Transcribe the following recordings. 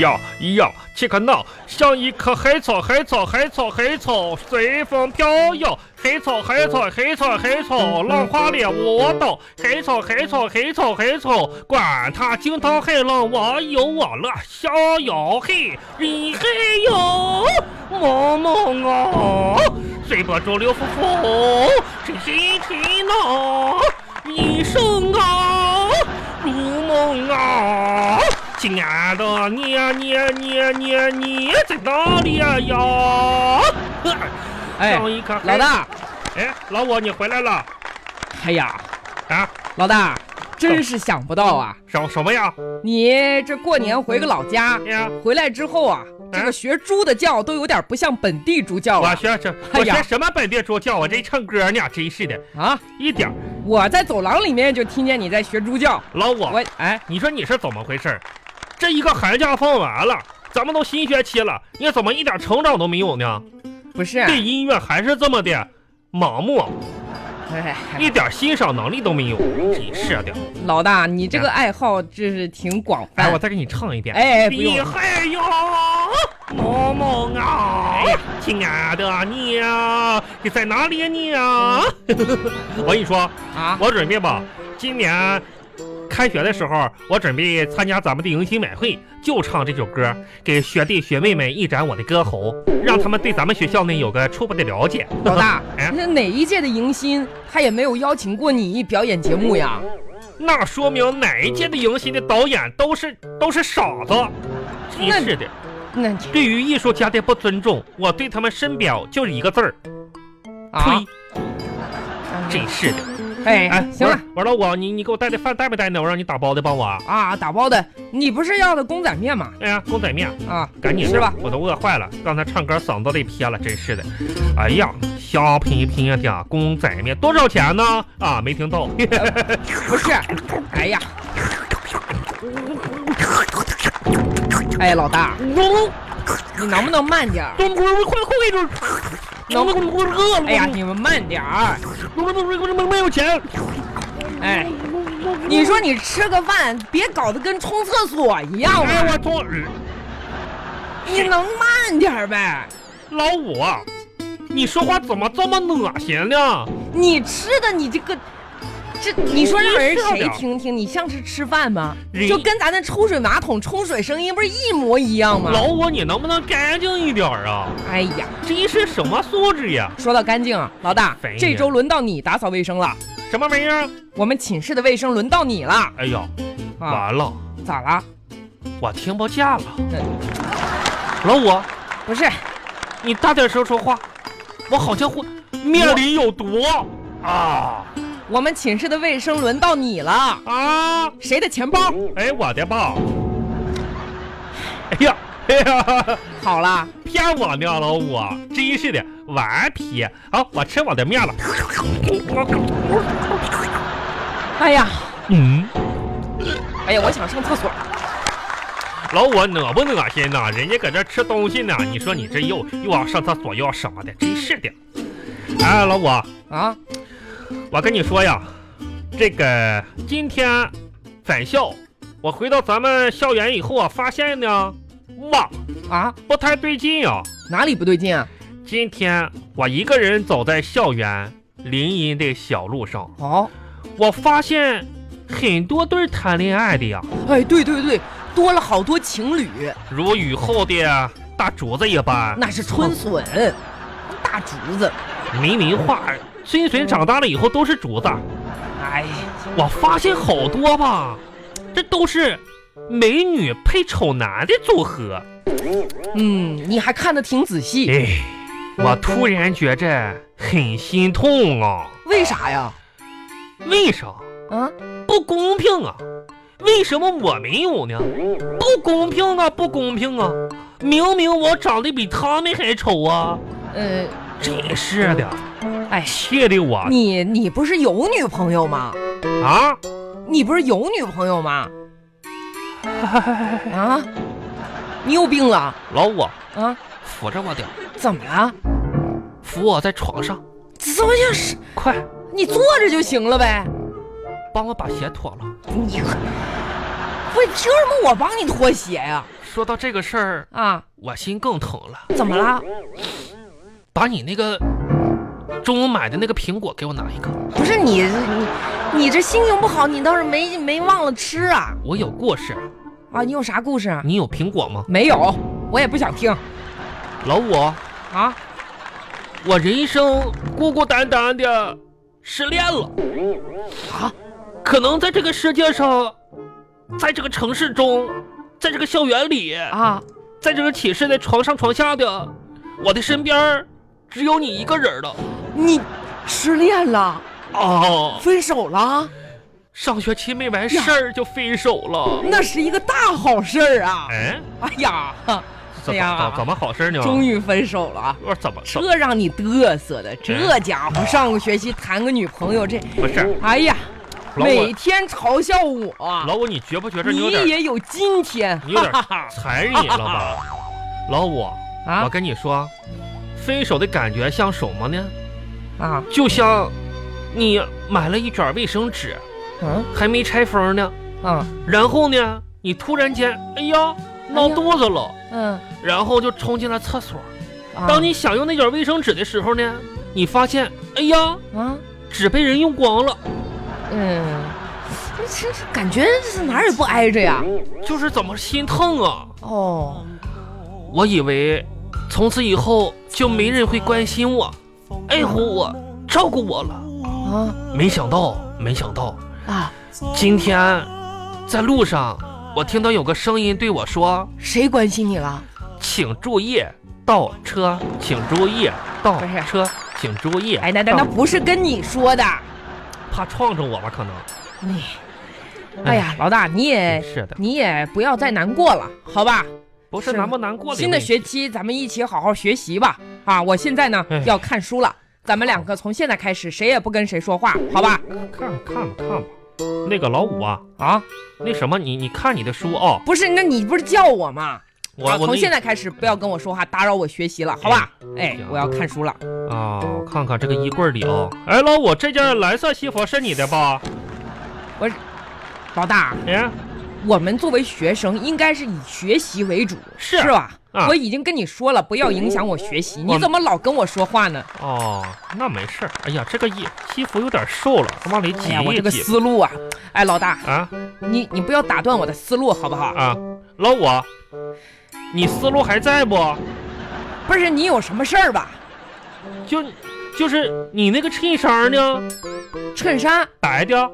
呀咿呀，切克闹，像一棵海草，海草，海草，海草，随风飘摇。海草，海草，海草，海草，浪花脸我倒。海草，海草，海草，海草，管他惊涛骇浪，我有我乐，逍遥嘿，你嘿哟，萌萌哦，随波逐流，浮浮，谁谁谁闹，一声啊，如梦啊。亲爱的，你呀、你呀、你呀、你呀、你在哪里呀、呀？呵哎，上一颗老大，哎，老五，你回来了哎呀，啊？老大，哦真是想不到啊！什什么呀？你这过年回个老家，哎呀，回来之后啊，这嗯个学猪的叫都有点不像本地猪叫我了学这，哎我呀学什么本地猪叫？我这唱歌呢，真是的，啊！一点儿我在走廊里面就听见你在学猪叫，老五，我哎，你说你是怎么回事儿？这一个寒假放完了，咱们都新学期了，你怎么一点成长都没有呢？不是，啊对音乐还是这么的盲目，哎，一点欣赏能力都没有，真是的。老大，你这个爱好真是挺广嗯哎，泛我。再给你唱一遍。哎，不用你了，还有萌萌啊，亲爱的你啊，你在哪里呀你啊？ 我跟你说，啊，我准备吧，今年开学的时候，我准备参加咱们的迎新晚会，就唱这首歌，给学弟学妹们一展我的歌喉，让他们对咱们学校呢有个初步的了解。老大， 哎那哪一届的迎新他也没有邀请过你表演节目呀？那说明哪一届的迎新的导演都是都是傻子，真那是的。那对于艺术家的不尊重，我对他们深表就是一个字儿啊，呸！真是的。哎，行了。，我说我你你给我带的饭带没带呢？我让你打包的，帮我啊。啊，打包的，你不是要的公仔面吗？哎呀，公仔面，啊，赶紧的吃吧。我都饿坏了。刚才唱歌嗓子累撇了，真是的。哎呀，瞎拼拼的公仔面多少钱呢？啊，没听到。不是，哎呀，哎，老大，你能不能慢点儿？快快点！能不我饿了哎呀，你们慢点儿！我我没有钱。哎，你说你吃个饭，别搞得跟冲厕所一样哎，嘛！我从你能慢点儿呗？老五啊，你说话怎么这么恶心呢？你吃的，你这个。这你说让人真是谁的听听？你像是吃饭吗？人就跟咱那抽水马桶冲水声音不是一模一样吗？老五，你能不能干净一点儿啊？哎呀，这是什么素质呀？说到干净啊，老大烦，人这周轮到你打扫卫生了，什么玩意儿？啊我们寝室的卫生轮到你了哎呀，啊！完了，咋了？我听不见了嗯。老五，不是，你大点声说话，我好像会面里有毒啊我们寝室的卫生轮到你了，啊！谁的钱包？哎，我的吧。哎呀，哎呀，好了，骗我呢，老五，真是的，顽皮。好，我吃我的面了。哎呀，嗯，哎呀，我想上厕所。老五恶不恶心呐？人家搁这吃东西呢，你说你这又又要上厕所又要什么的，真是的。哎，老五，啊，我跟你说呀，这个今天返校，我回到咱们校园以后啊，发现呢，哇，啊，不太对劲啊。哪里不对劲啊？今天我一个人走在校园林荫的小路上，哦，我发现很多对儿谈恋爱的呀，哎，对对对，多了好多情侣，如雨后的大竹子一般，那是春笋，大竹子。没文化，孙孙长大了以后都是竹子。哎，我发现好多吧，这都是美女配丑男的组合。嗯，你还看得挺仔细，哎，我突然觉着很心痛啊！为啥呀？为啥啊，不公平啊？为什么我没有呢？不公平啊！不公平啊！明明我长得比他们还丑啊！呃，真是的，哎，气的我你你不是有女朋友吗？啊！你不是有女朋友吗？啊，你有病了老五，啊？扶着我点儿，怎么了？扶我在床上，怎么就是快你坐着就行了呗？帮我把鞋脱了。你不是，凭什么我帮你脱鞋呀、说到这个事儿，啊？我心更疼了。怎么了？把你那个中午买的那个苹果给我拿一个，不是你，你你这心情不好，你倒是没没忘了吃啊？我有过失。啊，你有啥故事？你有苹果吗？没有，我也不想听老五，啊。我人生孤孤单单的失恋了啊，可能在这个世界上，在这个城市中，在这个校园里，啊，在这个寝室的床上床下的，我的身边儿只有你一个人了。你失恋了，哦，分手了，上学期没完事儿就分手了。那是一个大好事儿啊！哎，哎呀，怎哎么呀怎怎么好事呢？终于分手了。啊我说怎么怎么这让你嘚瑟嗯的，这家伙上个学期谈个女朋友，这，不是哎呀，老五每天嘲笑我，老五，你觉不觉着你你有点也有今天，你有点哈哈哈残忍了 吧？老五，我啊跟你说，分手的感觉像什么呢？啊，就像你买了一卷卫生纸，嗯还没拆封呢，嗯然后呢，你突然间，哎呀，闹肚子了，嗯，然后就冲进了厕所。啊当你想用那卷卫生纸的时候呢，你发现，哎呀，啊，纸被人用光了，嗯，这这这感觉是哪儿也不挨着呀。就是怎么心疼啊！哦，我以为从此以后就没人会关心我、爱护我、照顾我了。啊没想到，没想到，啊，今天啊在路上，我听到有个声音对我说谁关心你了？：“请注意倒车，请注意倒不是车，请注意。”哎，那那那倒不是跟你说的，怕撞着我吧？可能。你，哎嗯呀，老大，真你也是的，你也不要再难过了，好吧？不是是难不难过的问题。新的学期咱们一起好好学习吧。啊，我现在呢哎要看书了，咱们两个从现在开始谁也不跟谁说话，嗯好吧？看看吧看吧，那个老五啊，啊，那什么，你你看你的书啊、不是，那你不是叫我吗？我啊我从那现在开始不要跟我说话，打扰我学习了，好吧？哎行，我要看书了。啊，我看看这个衣柜里啊、哎，老五，这件蓝色西服是你的吧？老大，哎，我们作为学生，应该是以学习为主，是吧？啊我已经跟你说了，不要影响我学习。我你怎么老跟我说话呢？哦，那没事儿。哎呀，这个衣西服有点瘦了，往里哎挤呀，我这个一挤。思路啊，哎，老大，啊你你不要打断我的思路好不好？啊，老五，你思路还在不？不是你有什么事儿吧？就就是你那个衬衫呢，衬衫，白的，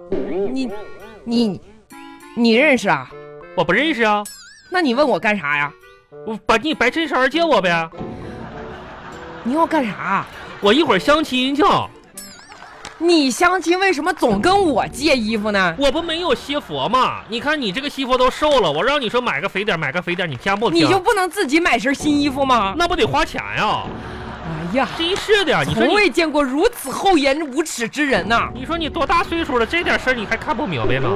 你你你认识啊？我不认识啊，那你问我干啥呀？我把你白衬衫借我呗，你要干啥？我一会儿相亲去。你相亲为什么总跟我借衣服呢？我不没有西服吗？你看你这个西服都瘦了，我让你说买个肥点儿，买个肥点儿，你偏不听，你就不能自己买身新衣服吗？那不得花钱呀？哎呀，真是的，你说从你未见过如此厚颜无耻之人呐、你说你多大岁数了，这点事儿你还看不明白吗？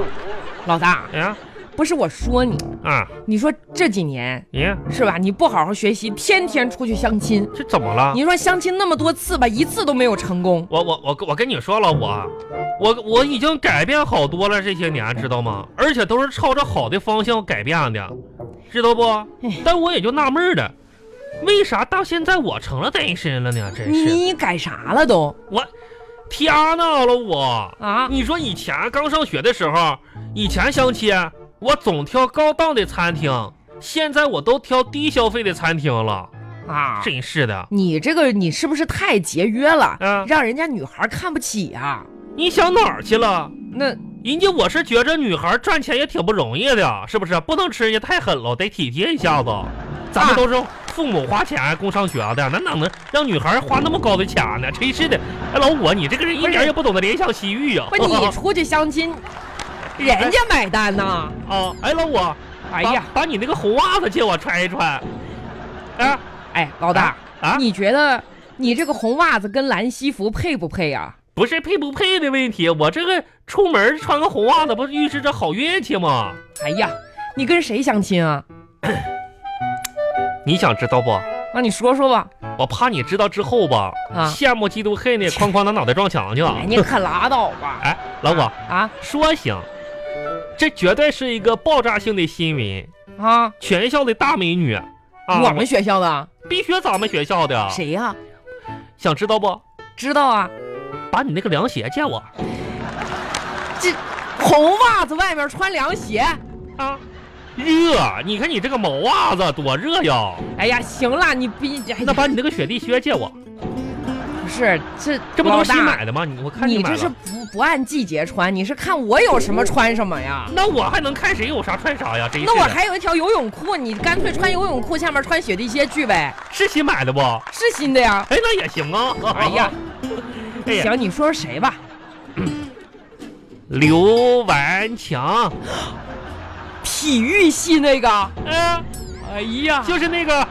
老大，哎呀，不是我说你，啊，你说这几年你是吧？你不好好学习，天天出去相亲。这怎么了？你说相亲那么多次吧，一次都没有成功。我我我跟我跟你说了，我我我已经改变好多了，这些年知道吗？而且都是朝着好的方向改变的，知道不哎？但我也就纳闷了，为啥到现在我成了单身了呢？真是你改啥了都我天呐了我！啊？你说以前刚上学的时候，以前相亲我总挑高档的餐厅，现在我都挑低消费的餐厅了，啊，真是的。你这个你是不是太节约 了，啊让人家女孩看不起啊？你想哪儿去了？那人家我是觉着女孩赚钱也挺不容易的，是不是？不能吃人家太狠了，得体贴一下子。咱们都是父母花钱供上学的，那哪能让女孩花那么高的钱呢？真是的！哎，老五，你这个人一点也不懂得怜香惜玉啊呀、 不你出去相亲， 人家买单呐？啊！哎，老五，哎呀，把，把你那个红袜子借我穿一穿。哎，哎，老大，啊，你觉得你这个红袜子跟蓝西服配不配啊？不是配不配的问题，我这个出门穿个红袜子，不是预示着好运气吗？哎呀，你跟谁相亲啊？你想知道不？啊，你说说吧。我怕你知道之后吧，啊哎羡慕嫉妒恨的，啊哐哐拿脑袋撞墙去。哎，你可拉倒吧。哎，老五啊，说行，这绝对是一个爆炸性的新闻，啊，全校的大美女啊！啊我们学校的必须咱们学校的，谁呀、想知道不？知道啊，把你那个凉鞋借我红袜子外面穿凉鞋。啊！热，你看你这个毛袜子多热呀！哎呀，行了，你逼，哎呀那把你那个雪地靴借我，不是这这不老都是大新买的吗？你我看你买这是了。不不按季节穿，你是看我有什么穿什么呀？那我还能看谁有啥穿啥呀？这一那我世还有一条游泳裤，你干脆穿游泳裤，下面穿雪地靴去呗，是新买的不？是新的呀。哎，那也行啊！哎呀， 哎呀，行，你说说谁吧？刘顽强，体育系那个。嗯，哎呀，就是那个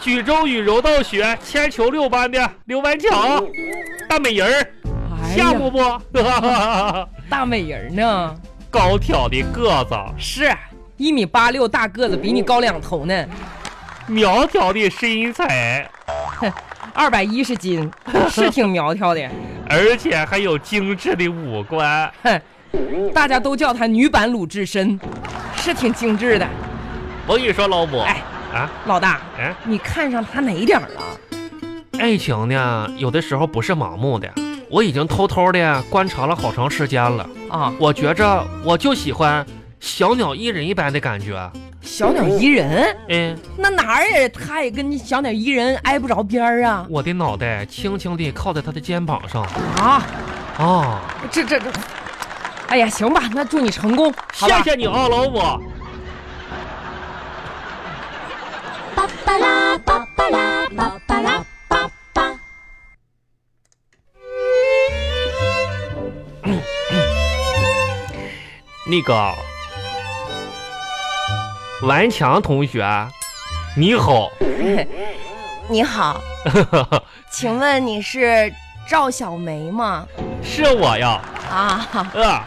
举重与柔道学铅球六班的刘顽强，大美人儿，哎羡呀，慕不？ 大美人呢？高挑的个子，是一米八六大个子，比你高两头呢，苗条的身材，二百一十斤，是挺苗条的。而且还有精致的五官。哼，大家都叫她女版鲁智深，是挺精致的。我跟你说，老母，哎啊，老大，哎，你看上她哪一点儿了？爱情呢，有的时候不是盲目的。我已经偷偷的观察了好长时间了，啊，我觉着我就喜欢小鸟依人一般的感觉。小鸟依人，嗯，那哪儿也她也跟小鸟依人挨不着边儿啊我的脑袋轻轻地靠在他的肩膀上。啊！啊，这这这，哎呀，行吧，那祝你成功，好吧？谢你啊，老母。パッパラーパッパラーパッパラーパッパ那个，顽强同学，你好。你 好，请问你是赵小梅吗？是我呀，啊，呃，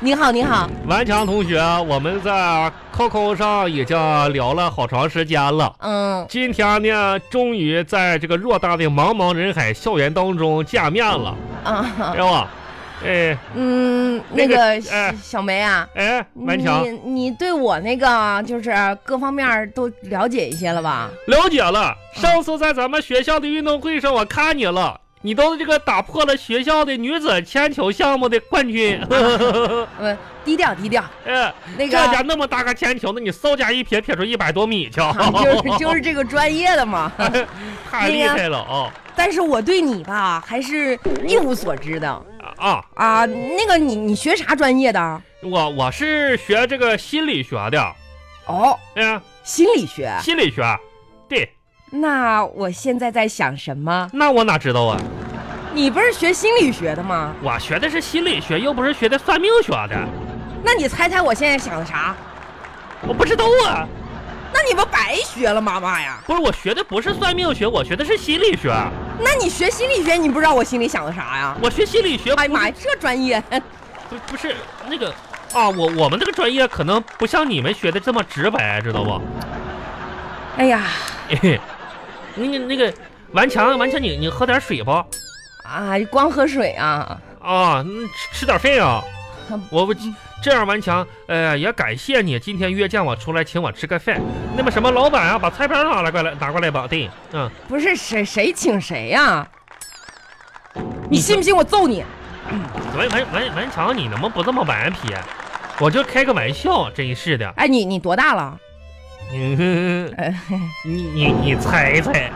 你好，你好，顽强同学，我们在 QQ 上已经聊了好长时间了。嗯，今天呢，终于在这个偌大的茫茫人海校园当中见面了，啊知，道吧？哎嗯，那那个个哎小梅啊，哎，顽强你你对我那个就是各方面都了解一些了吧？了解了。上次在咱们学校的运动会上，我看你了，你都这个打破了学校的女子铅球项目的冠军。呃，低调低调， 哎，嗯那这个家那么大个铅球，那你嗖加一撇撇出一百多米去， 啊就是就是这个专业的嘛。太厉害了啊！但是我对你吧还是一无所知的啊啊！啊。那个你你学啥专业的？我我是学这个心理学的，哦，嗯，心理学。心理学。对，那我现在在想什么？那我哪知道啊？你不是学心理学的吗？我学的是心理学，又不是学的算命学的，那你猜猜我现在想的啥？我不知道啊。那你不白学了，妈妈呀？不是，我学的不是算命学，我学的是心理学。那你学心理学，你不知道我心里想的啥呀？我学心理学不哎是，呀 妈呀，这专业！不不是那个啊，我我们这个专业可能不像你们学的这么直白，知 道不？哎呀，那个那个，顽强顽强，你你喝点水不？啊，光喝水啊！啊，嗯吃吃点饭啊嗯。我我这样顽强，呃，也感谢你今天约见我出来请我吃个饭。那么什么，老板啊，把菜单拿来过来拿过来吧。对，嗯，不是谁谁请谁呀、你你信不信我揍你？顽顽顽顽强，你能不能不这么顽皮？啊我就开个玩笑，真是的。哎，你你多大 了？嗯，哎、你你你猜猜，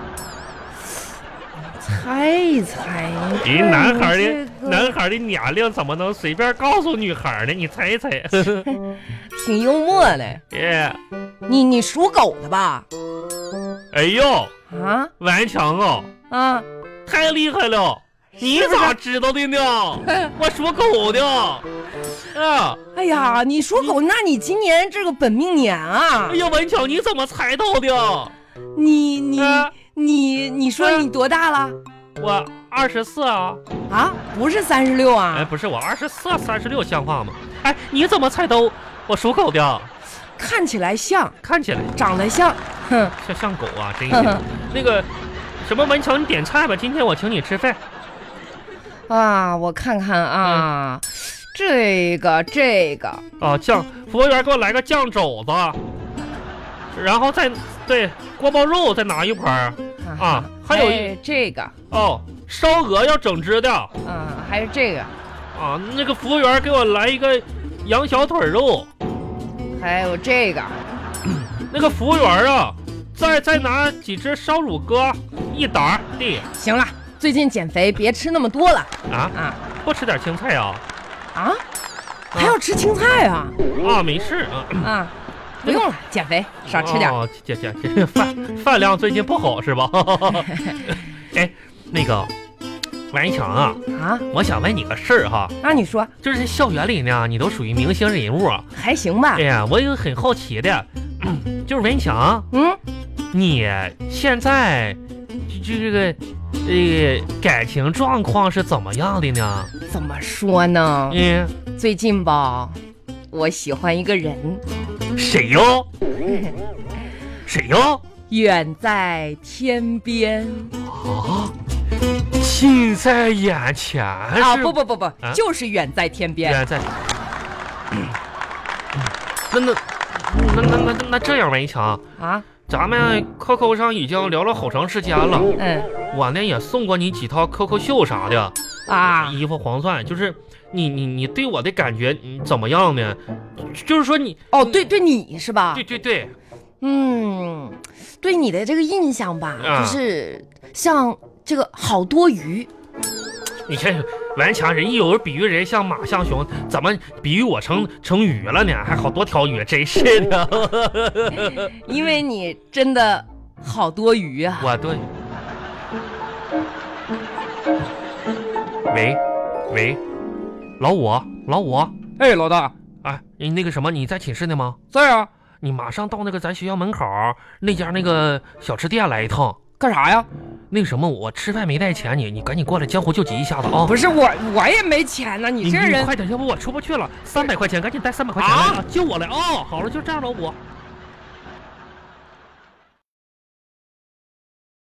猜一猜。人男孩的哎这个男孩的年龄怎么能随便告诉女孩呢？你猜一猜， 挺幽默的。耶，你你属狗的吧？哎呦，啊顽强啊，啊！太厉害了！你是不是咋知道的 呢？我属狗的。啊，哎呀，你属狗，那你今年这个本命年啊哎？呀，文强，你怎么猜到的？你你啊你你说你多大了？我二十四啊，啊，不是三十六哎，啊？不是我二十四，三十六像话吗？哎，你怎么猜到我属狗的？看起来像，看起来长得像，哼，像像狗啊，真 是。那个什么文强，你点菜吧，今天我请你吃饭。嗯啊，我看看啊，这个这个，啊，酱服务员给我来个酱肘子，然后再对锅包肉再拿一盘儿啊，还有一哎这个，哦烧鹅要整只的嗯，还有这个，啊，那个服务员给我来一个羊小腿肉，还有这个，那个服务员啊，再再拿几只烧乳鸽一打儿弟行了，最近减肥别吃那么多了啊，啊不吃点青菜啊啊，还要吃青菜啊啊，没事啊，啊，不用了，减肥少吃点儿。哦，姐姐姐，饭饭量最近不好是 吧？哎，那个王一强啊。啊，我想问你个事儿哈，那你说就是校园里呢，你都属于明星人物啊。还行吧哎？呀，我有很好奇的，嗯就是文强，嗯，你现在就就这个呃感情状况是怎么样的呢？怎么说呢？嗯，最近吧，我喜欢一个人，谁哟？谁 哟？远在天边啊，近在眼前啊！是不不不不啊，就是远在天边。远在。啊嗯那那那那那那这样，文强，啊，咱们 QQ 上已经聊了好长时间了。嗯我呢也送过你几套 QQ 秀啥的啊，衣服黄钻，就是你你你对我的感觉嗯怎么样呢？就是说你哦，对，对，你是吧对？对对，嗯，对你的这个印象吧，啊就是像这个好多余，你看顽强人一有人比喻人像马像熊，怎么比喻我成成鱼了呢？还好多条鱼，真是的。因为你真的好多余啊。我对。喂，喂，老五，老五，哎，老大，哎，你那个什么，你在寝室呢吗？在啊，你马上到那个咱学校门口儿那家那个小吃店来一趟。干啥呀？那个什么，我吃饭没带钱，你你赶紧过来江湖救急一下子啊！不是我，我也没钱呢、你你这你人快点，要不我出不去了。三百块钱，赶紧带三百块钱来啊！救我来啊、好了，就这样了，我